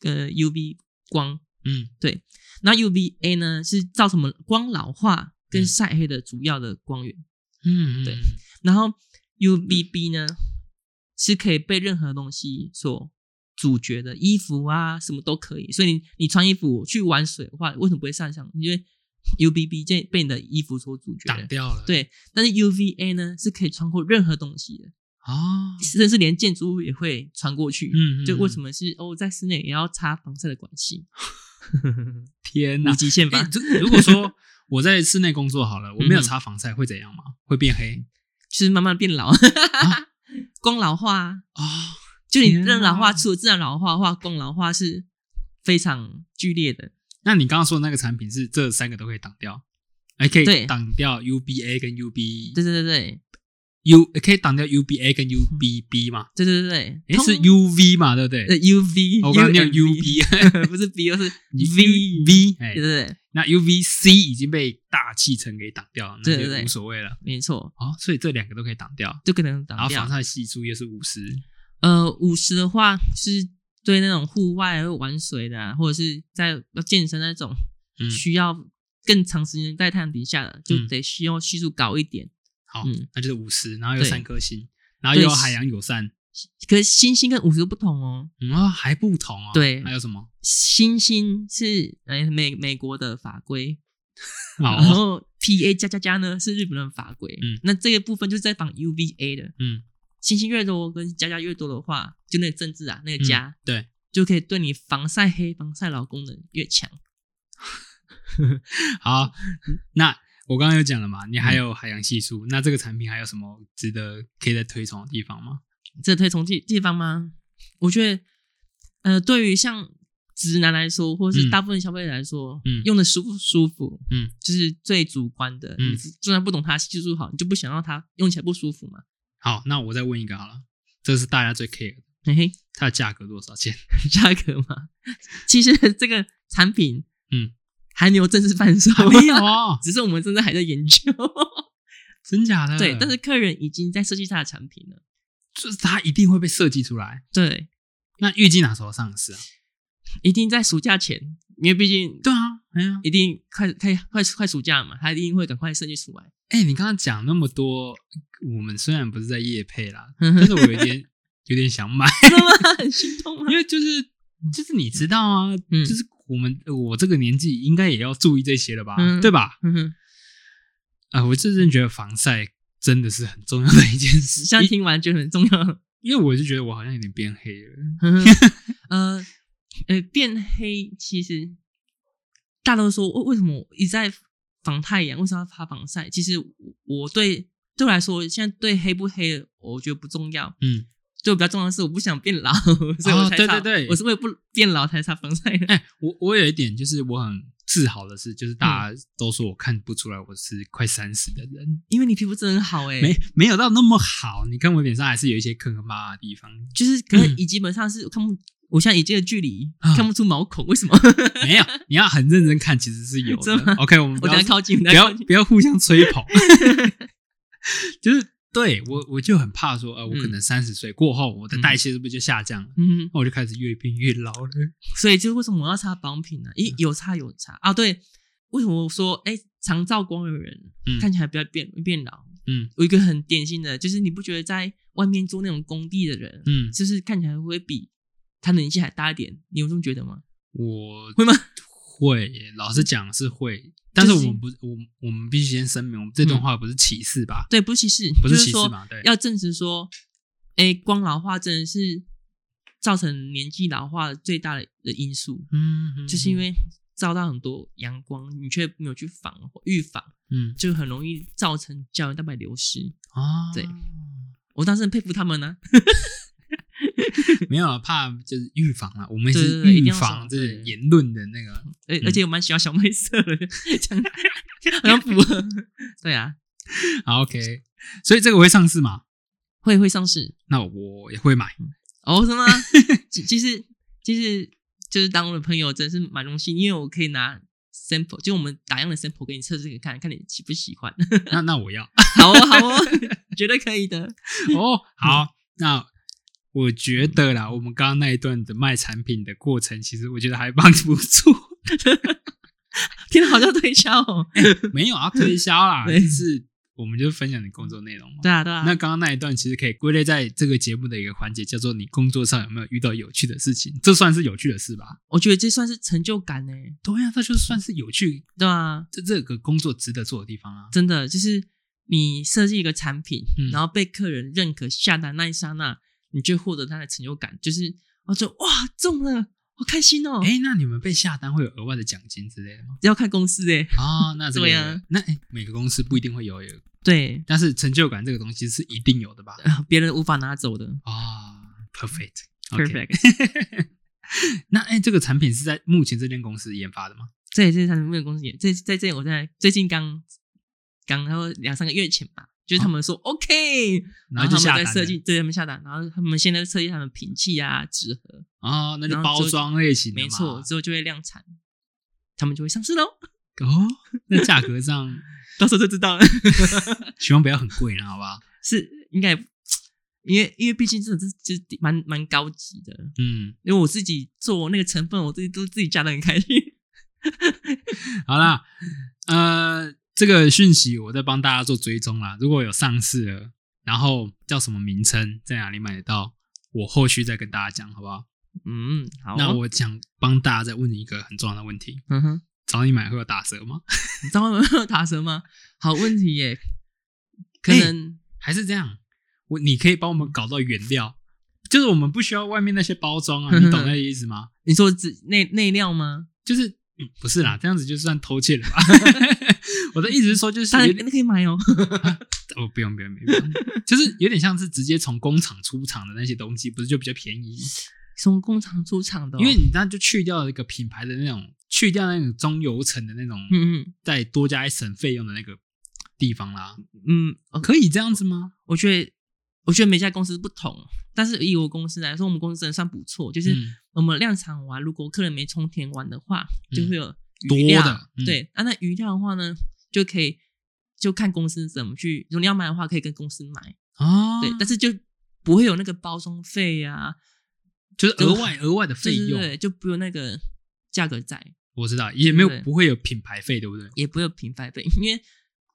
呃 UV 光。嗯那 UVA 呢，是造成我们光老化跟嗯晒黑的主要的光源。嗯，嗯对，嗯然后 UVB 呢是可以被任何东西所阻绝的，衣服啊什么都可以。所以你你穿衣服去玩水的话，为什么不会晒伤？因为 UVB 这被你的衣服所阻绝了挡掉了。对，但是 UVA 呢是可以穿过任何东西的，哦，甚至连建筑物也会穿过去。嗯，嗯就为什么？么是哦，在室内也要擦防晒的关 (laughs) 系，天哪无！极限吧？ (laughs) 哎这如果说我在室内工作好了，我没有嗯擦防晒会怎样吗？会变黑就是慢慢变老， (laughs) 光老化啊，啊？就你天人老化，啊除了自然老化的话，光老化是非常剧烈的。那你刚刚说的那个产品是这三个都可以挡掉，还可以对挡掉 UBA 跟 UB 对对对对 U，可以挡掉 UBA 跟 UBB 嘛？对对对诶对，通是 UV 嘛？对不呃对？ UV，我刚刚念 UMV UB， (laughs) 不是 B，而是 (laughs) V， V 哎对对，对，那 UVC 已经被大气层给挡掉了，那对对就对无所谓了。没错，哦，所以这两个都可以挡掉，就可能然后挡掉防。晒系数又是五十，呃，五十的话是对那种户外会玩水的啊、或者是在要健身那种、嗯，需要更长时间在太阳底下的，就嗯得需要系数高一点。好嗯，那就是五十，然后有对三颗星，然后又有对海洋友善，可是星星跟五十不同哦，嗯啊，还不同哦。对还有什 (laughs) 么？星星是哎美美国的法规，好然哦，后 PA 加加加呢是日本的法规，嗯那这个部分就是在仿 UVA 的，嗯，星星越多跟加加越多的话，就那个政治啊那个加、嗯对，就可以对你防晒黑、防晒老功能越强。好，那我刚刚有讲了嘛，你还有海洋系数，那这个产品还有什么值得可以再推崇的地方吗？这推崇地地方吗？我觉得，呃，对于像直男来说，或是嗯大部分消费者来说，嗯用的舒不舒服，嗯，就是最主观的。嗯你就算不懂它技术好，你就不想让它用起来不舒服嘛。好，那我再问一个好了，这是大家最 care 的，嘿嘿，它的价格多少钱？ (laughs) 价格嘛， (laughs) 其实这个产品，嗯，还没有正式贩售，还没有，哦， (laughs) 只是我们正在还在研究。真假的？对，但是客人已经在设计他的产品了。就是它一定会被设计出来。对，那预计哪时候上市啊？一定在暑假前，因为毕竟对啊，哎呀，一定快快快快暑假嘛，他一定会赶快设计 (laughs) 出来。哎、你刚刚讲那么多，我们虽然不是在夜配啦，嗯但是我有点有点想买， (laughs) 真的吗？很心啊痛吗因？为就是就是你知道啊，嗯就是我们我这个年纪应该也要注意这些了吧，嗯对吧？ (laughs) 嗯哼，啊、我真正觉得防晒真的是很重要的一件 (laughs) 事，现在听完觉得很重要。因为我就觉得我好像有点变黑了，嗯哼呃呃，变黑其实大家都说为为什么一直在防太阳，为什么要擦防晒？其实我我对对我来说，现在对黑不黑，我觉得不重要。嗯，对我比较重要的是，我不想变老， (laughs) 所以我才擦。对对对哎我是为了不变老才擦防晒的。哎、我我有一点就是我很自豪的是，就是大嗯家都说我看不出来我是快三十的人，因为你皮肤真的很好哎、没没有到那么好。你看我脸上还是有一些坑坑巴巴的地方，就是可能以基本上是看不，我现在以这个距离嗯啊看不出毛孔，为 (laughs) 什么？没有。你要很认真看，其实是有真的的吗。 OK，我们不我要等下靠近，我不等下要靠近。不要互相吹 (laughs) 捧，就是对我我就很怕说，呃，我可能三十岁过后，我的代谢是不是就下降了？嗯，那我就开始越变越老了。所以就是为什么我要擦保养品呢、嗯因为有擦有擦啊。对，为什么我说哎，常照光的人、嗯看起来比较变变老？嗯有一个很典型的，就是你不觉得在外面做那种工地的人，嗯，就是看起来会比他年纪还大一点？你有这么觉得吗？ (laughs) 我会吗？会耶，老实讲是会，但是就我是们不，我们我们必须先声明，我们这段话不是歧视吧？对，不是歧视，不是就是歧视说嘛？对，要证实说，哎，光老化真的是造成年纪老化最大的的因素，嗯，嗯就是因为照到很多阳光，你却没有去防预防，嗯就很容易造成胶原蛋白流失。啊，对我当时很佩服他们啊呢、没有怕就是预防了，我们对是对对一定预要防防这对言论的那个，而、嗯而且我蛮喜欢小麦色的，这样好像符合。对啊，好 OK，所以这个我会上市嘛？会会上市那我也会 (laughs) 买，哦， (laughs) 是吗？其其实其实就是当我的朋友真是蛮荣幸，因为我可以拿 sample，就我们打样的 sample 给你测试给你看，看你喜不喜欢。 (laughs) 那那我要好哦，好哦， (laughs) 绝对可以的。哦，嗯好，那。我觉得啦，我们刚刚那一段的卖产品的过程，其实我觉得还 (laughs) 蛮不错。天哪，好像推销哦。 (laughs) 没有啊，推销 (laughs) 啦，对就是我们就分享你工作内容嘛。对啊，对啊。那刚刚那一段其实可以归类在这个节目的一个环节，叫做你工作上有没有遇到有趣的事情？这算是有趣的事吧？我觉得这算是成就感呢，欸对呀、啊，那就算是有趣，对啊，这这个工作值得做的地 (laughs) 方啊。真的就是你设计一个产品，嗯然后被客人认可下单那一刹那，你就获得他的成就感，就是我就哇中了，好开心哦。哎，那你们被下单会有额外的奖金之类的 (laughs) 吗？要看公司哎，哦，那这个对啊那哎，每个公司不一定会有，有对，但是成就感这个东西是一定有的 (laughs) 吧？呃别人无法拿走的。啊，perfect，OK、p e r f e c t Perfect，(laughs) (laughs) 那哎，这个产品是在目前这间公司研发的吗？这也是他们那个公司也，这在这里我在最近刚刚，然后两三个月前吧，就是他们说 OK，哦然后就他下们单在了设计，对他们下单，然后他们现在设计他们瓶器啊、纸盒，哦，那就然后包就装类型的没嘛错，之后就会量产，他们就会上市 (laughs) 喽，哦，那价格上 (laughs) 到时候就知道了。希望不要很贵了，好吧？是应该，因为因为毕竟这这这这蛮蛮高级的，嗯，因为我自己做那个成分，我自己都自己加的很开心。 (laughs) 好啦，呃，这个讯息我在帮大家做追踪啦。如果有上市了，然后叫什么名称，在哪里买得到，我后续再跟大家讲，好不好？嗯，好哦、那我想帮大家再问你一个很重要的问题：嗯哼，找你买会有打折吗？你知道有没有打折吗？ (laughs) 好问题耶，可哎能、还是这样？我你可以帮我们搞到原料，就是我们不需要外面那些包装啊，你懂那个意思吗？你说只内内料吗？就是、嗯不是啦，这样子就算偷窃了 (laughs) 吧？我的意思是说，就是当有然点那可以买哦。 (laughs) 哦，不用不用不用，不用就是有点像是直接从工厂出厂的那些东西，不是就比较便宜？从工厂出厂的哦、因为你那就去掉一个品牌的那种，去掉那种中游层的那种，嗯再多加一层费用的那个地方啦。嗯嗯，呃可以这样子吗？我觉得我觉得每家公司不同，但是以我公司来说，我们公司真的算不错，就是嗯呃我们量产完，如果客人没充填完的话，嗯就会有余多的量嗯对，啊，那余量的话呢，就可以就看公司怎么去。如果你要买的话，可以跟公司买，啊，对，但是就不会有那个包装费啊，就是额外额外的费对对用，对，就不用那个价格在，我知道，也没有对对不会有品牌费，对不对？也不会有平牌费，因为。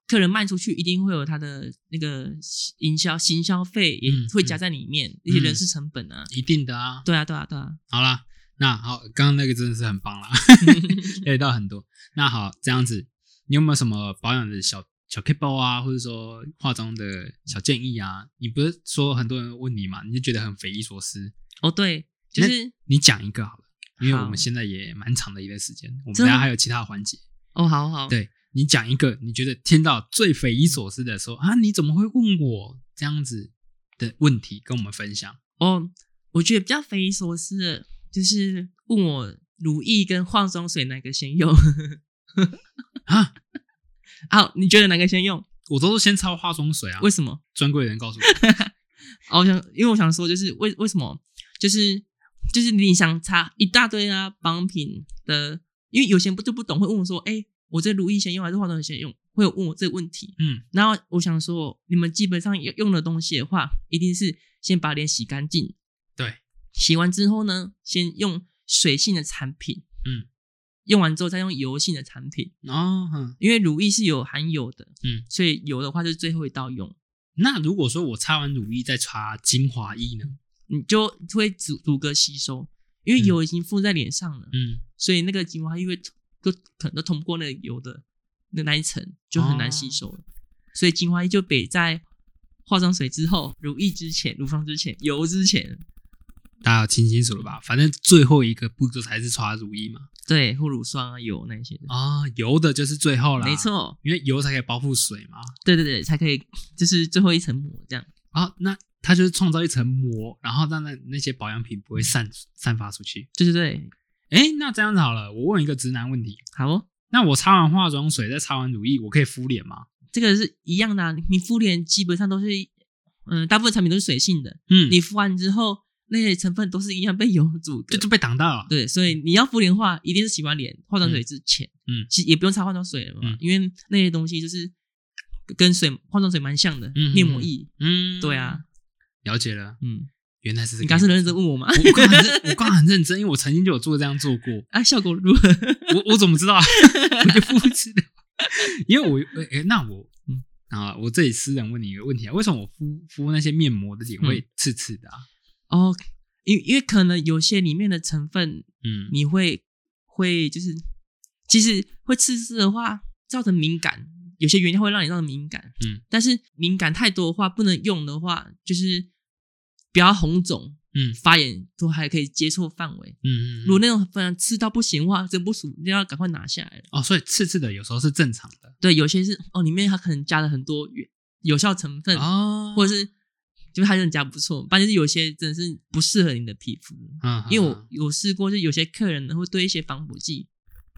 客人卖出去一定会有他的那个营销行销费，也嗯会加在里面、一些人事成本啊。一定的啊。对啊，对啊，对啊。好啦，那好，刚刚那个真的是很棒 (laughs) 啦，了解到很多。那好，这样子，你有没有什么保养的小小 k p o 啊，或者说化妆的小建议啊？你不是说很多人问你嘛，你就觉得很匪夷所思。哦，对，就是你讲一个好了，因为我们好现在也蛮长的一段时间，我们等真的下吗还有其他环节。哦，好好，对你讲一个，你觉得听到最匪夷所思的说啊，你怎么会问我这样子的问题跟我们分享？哦，我觉得比较匪夷所思的，就是问我乳液跟化妆水哪个先用？ (laughs) 啊，好，你觉得哪个先用？我都是先擦化妆水啊。为什么？专柜的人告诉我，哦，我想，因为我想说，就是为为什么，就是就是你想擦一大堆啊保养品的，因为有些人不就不懂，会问我说，哎、我这乳液先用还是化妆水先用？会有问我这个问题。嗯，然后我想说，你们基本上要用的东西的话，一定是先把脸洗干净，对，洗完之后呢，先用水性的产品，嗯，用完之后再用油性的产品，哦，嗯，因为乳液是有含油的，嗯，所以油的话就是最后一道用，那如果说我擦完乳液再擦精华液呢？你就会阻阻隔吸收，因为嗯油已经附在脸上了，嗯，所以那个精华因为都可能都通不过那个油的那那一层，就很难吸收了。哦所以精华液就得在化妆水之后、乳液之前、乳霜之前、油之前，大家听清楚了吧？反正最后一个步骤才是擦乳液嘛。对，护乳霜啊、油那些的，啊，油的就是最后啦，没，错，因为油才可以包覆水嘛。对对对，才可以就是最后一层膜这样。啊，那它就是创造一层膜，然后让那那些保养品不会散散发出去。对对对，哎，那这样子好了，我问一个直男问题：好哦，那我擦完化妆水再擦完乳液，我可以敷脸吗？这个是一样的、啊，你敷脸基本上都是，嗯，大部分产品都是水性的，嗯，你敷完之后那些成分都是一样被油阻隔就。就被挡到了。对，所以你要敷脸的话，一定是洗完脸化妆水之前，嗯嗯其实也不用擦化妆水了嘛，嗯因为那些东西就是跟水化妆水蛮像的，嗯面膜液，嗯，对啊，了解了，嗯，原来是这个。你刚刚是认真问我吗？ (laughs) 我刚很认，我刚很认真，因为我曾经就有做这样做过。啊，效果如何？ (laughs) (laughs) 我我怎么知道啊？我就不知道，因为我诶、诶那我嗯啊，我这里私人问你一个问题啊，为什么我敷敷那些面膜的脸嗯会刺刺的啊？哦，因因为可能有些里面的成分，嗯，你会会就是，其实会刺刺的话，造成敏感，有些原料会让你造成敏感，嗯，但是敏感太多的话，不能用的话，就是不要红肿，嗯发炎都还可以接受范围。嗯嗯如果嗯那种非常吃到不行的话，真不舒服，那要赶快拿下来了。哦，所以刺刺的有时候是正常的对，有些是哦，里面它可能加了很多原有效成分，哦嗯或者是就是它真的加不错，但是有些真的是不适合你的皮肤。嗯，因为我有试过，就有些客人呢会对一些防腐剂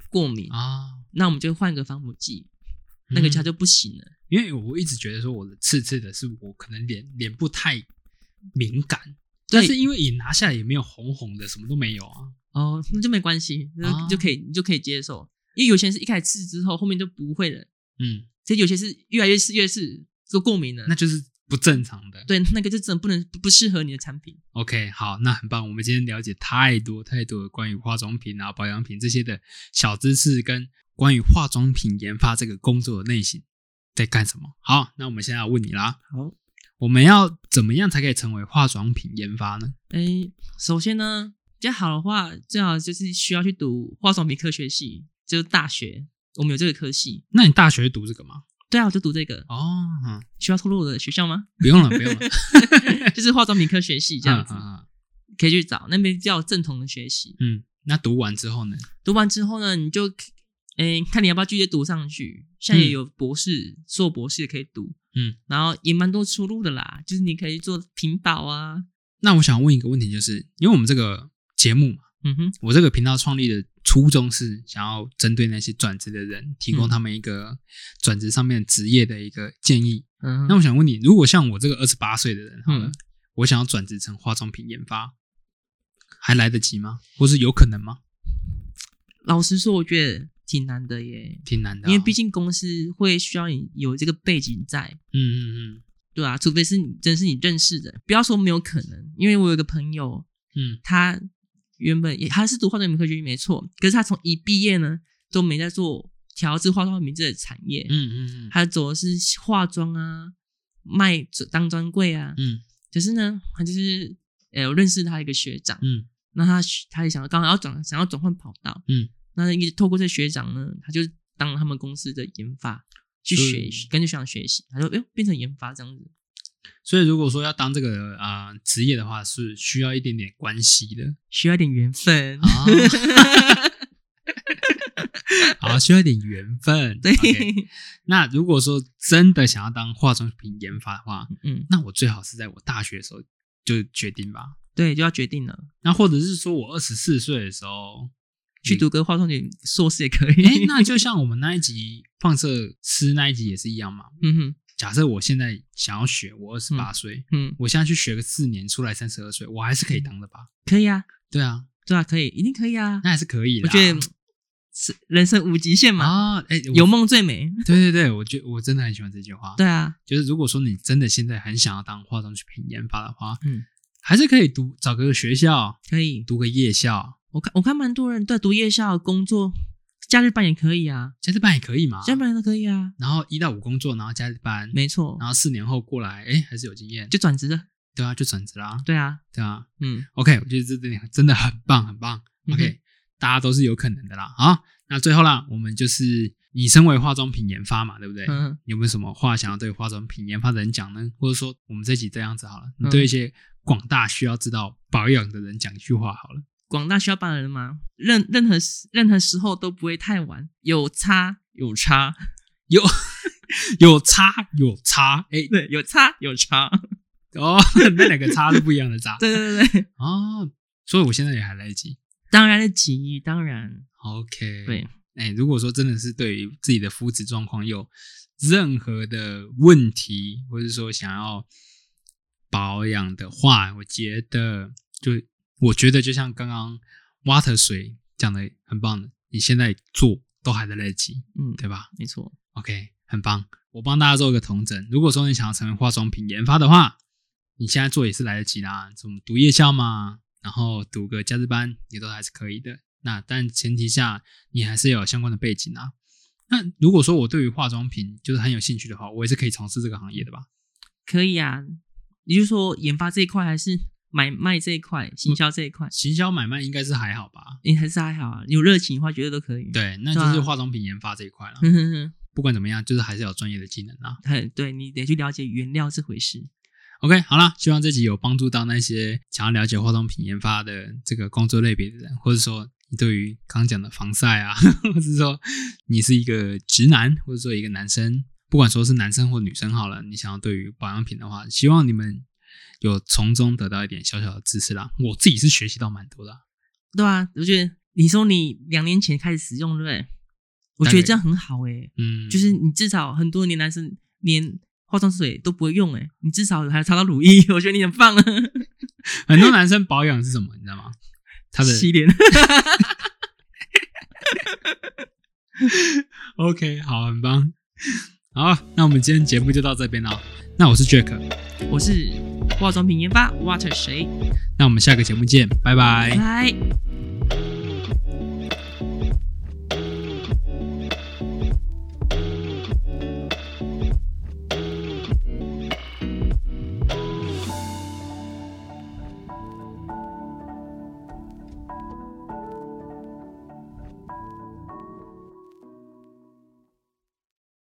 过敏，啊，那我们就换个防腐剂，那个嗯它就不行了。因为我一直觉得说我的刺刺的是我可能脸脸部太敏感，但对是因为也拿下来也没有红红的，什么都没有啊。哦，那就没关系，那就,、啊就可以你就可以接受，因为有些人是一开始吃之后，后面就不会了，嗯，所以有些是越来越吃越是就过敏了。那就是不正常的。对，那个就真的不能不不适合你的产品。 OK，好，那很棒。我们今天了解太多太多关于化妆品啊、保养品这些的小知识，跟关于化妆品研发这个工作的类型在干什么。好，那我们现在要问你啦，好，我们要怎么样才可以成为化妆品研发呢？哎，首先呢，比较好的话，最好就是需要去读化妆品科学系，就是大学我们有这个科系。那你大学读这个吗？对啊，我就读这个，哦，嗯、需要透露我的学校吗？不用了，不用了，就是化妆品科学系这样子，嗯嗯嗯可以去找那边比较正统的学习。嗯，那读完之后呢？读完之后呢，你就，诶，看你要不要继续读上去。现在也有博士、硕博士也可以读，嗯，然后也蛮多出路的啦，就是你可以做屏保啊，那我想问一个问题，就是因为我们这个节目嘛，嗯哼，我这个频道创立的初衷是想要针对那些转职的人，提嗯供他们一个转职上面职业的一个建议。嗯那我想问你，如果像我这个二十八岁的人，好了，嗯我想要转职成化妆品研发，还来得及吗？或是有可能吗？老实说，我觉得挺难的耶，挺难的、啊因为毕竟，竟公司会需要你有这个背景在，嗯嗯对啊，除非是你真是你认识的，不要说没有可能，因为我有一个朋友，嗯他原本也他是读化妆品科学系没错，可是他从一毕业呢都没在做调制化妆品这个产业，嗯嗯嗯嗯他走的是化妆啊，卖当专柜啊，嗯可是呢，他就是呃，我认识他一个学长，嗯那他他也想刚好要转想要转换跑道，嗯，那一直透过这学长呢，他就当他们公司的研发去所学以习，跟着学长学习，他就哎呦变成研发这样子，所以如果说要当这个啊、呃职业的话，是需要一点点关系的需要一点缘分，啊。 (laughs) 好，需要一点缘分。 (laughs) 对 OK 那如果说真的想要当化妆品研发的话，嗯，那我最好是在我大学的时候就决定吧。对，就要决定了，那或者是说我二十四岁的时候去读个化妆点硕士也可以。哎、那就像我们那一集放射师那一集也是一样嘛。 (laughs) 嗯哼，假设我现在想要学，我二十八岁，嗯，我现在去学个四年，出来三十二岁，我还是可以当的吧？可以啊，对啊，对啊，可以，一定可以啊。那还是可以的。我觉得是人生无极限嘛，啊，哎、我哦有梦最美。对对对，我觉我真的很喜欢这句话。对啊，就是如果说你真的现在很想要当化妆品研发的话，嗯，还是可以读找个学校，可以。读个夜校，我看我看蛮多人在读夜校工作，假日班也可以啊，加日班也可以嘛。假日班都可以啊，然后一到五工作，然后加日班，没错，然后四年后过来，哎，还是有经验，就就转职了。对啊，就转职啦，对啊，对啊。嗯 OK，我觉得这真的真的很棒，很棒。嗯哼 OK，、大家都是有可能的啦。好，那最后啦，我们就是你身为化妆品研发嘛，对不对？嗯，有没有什么话想要对化妆品研发的人讲呢？或者说，我们这集这样子好了，你嗯对一些广大需要知道保养的人讲一句话好了。广大需要帮的人嘛，任任何时任何时候都不会太晚，有差有差， (laughs) 有 (laughs) 有差有差，哎、对，有差有差， (laughs) 哦， (laughs) 那两个差是不一样的差对对对对，哦，所以我现在也还来得及。当然的急，当然 OK，对，哎、如果说真的是对于自己的肤质状况有任何的问题，或者说想要保养的话，我觉得就我觉得就像刚刚 water 水讲的很棒的，你现在做都还在来得及，嗯，对吧没错， ？OK，很棒，我帮大家做一个统整。如果说你想要成为化妆品研发的话，你现在做也是来得及啦，什么读夜校嘛，然后读个加值班也都还是可以的。那但前提下，你还是要有相关的背景啊。那如果说我对于化妆品就是很有兴趣的话，我也是可以从事这个行业的吧？可以啊。你就说研发这一块还是买卖这一块，行销这一块，行销买卖应该是还好吧？你还是还好啊，有热情的话，绝对都可以。，对，那就是化妆品研发这一块了。哼哼哼，不管怎么样，就是还是要有专业的技能啊啦。很对你得去了解原料这回事。 OK，好啦，希望这集有帮助到那些想要了解化妆品研发的这个工作类别的人，或者说你对于刚讲的防晒啊， (laughs) 或者说你是一个直男，或者说一个男生，不管说是男生或女生好了，你想要对于保养品的话，希望你们有从中得到一点小小的知识啦。我自己是学习到蛮多的啊、对啊，我觉得你说你两年前开始使用，对不对？我觉得这样很好诶、嗯，就是你至少很多年男生连化妆水都不会用诶、你至少还擦到乳液，我觉得你很棒啊。很多男生保养是什么，你知道 (laughs) 吗？他的洗脸， (laughs) OK，好，很棒。好，那我们今天节目就到这边了。那我是 Jack，我是化妆品研发 Water 谁？那我们下个节目见，拜拜。拜。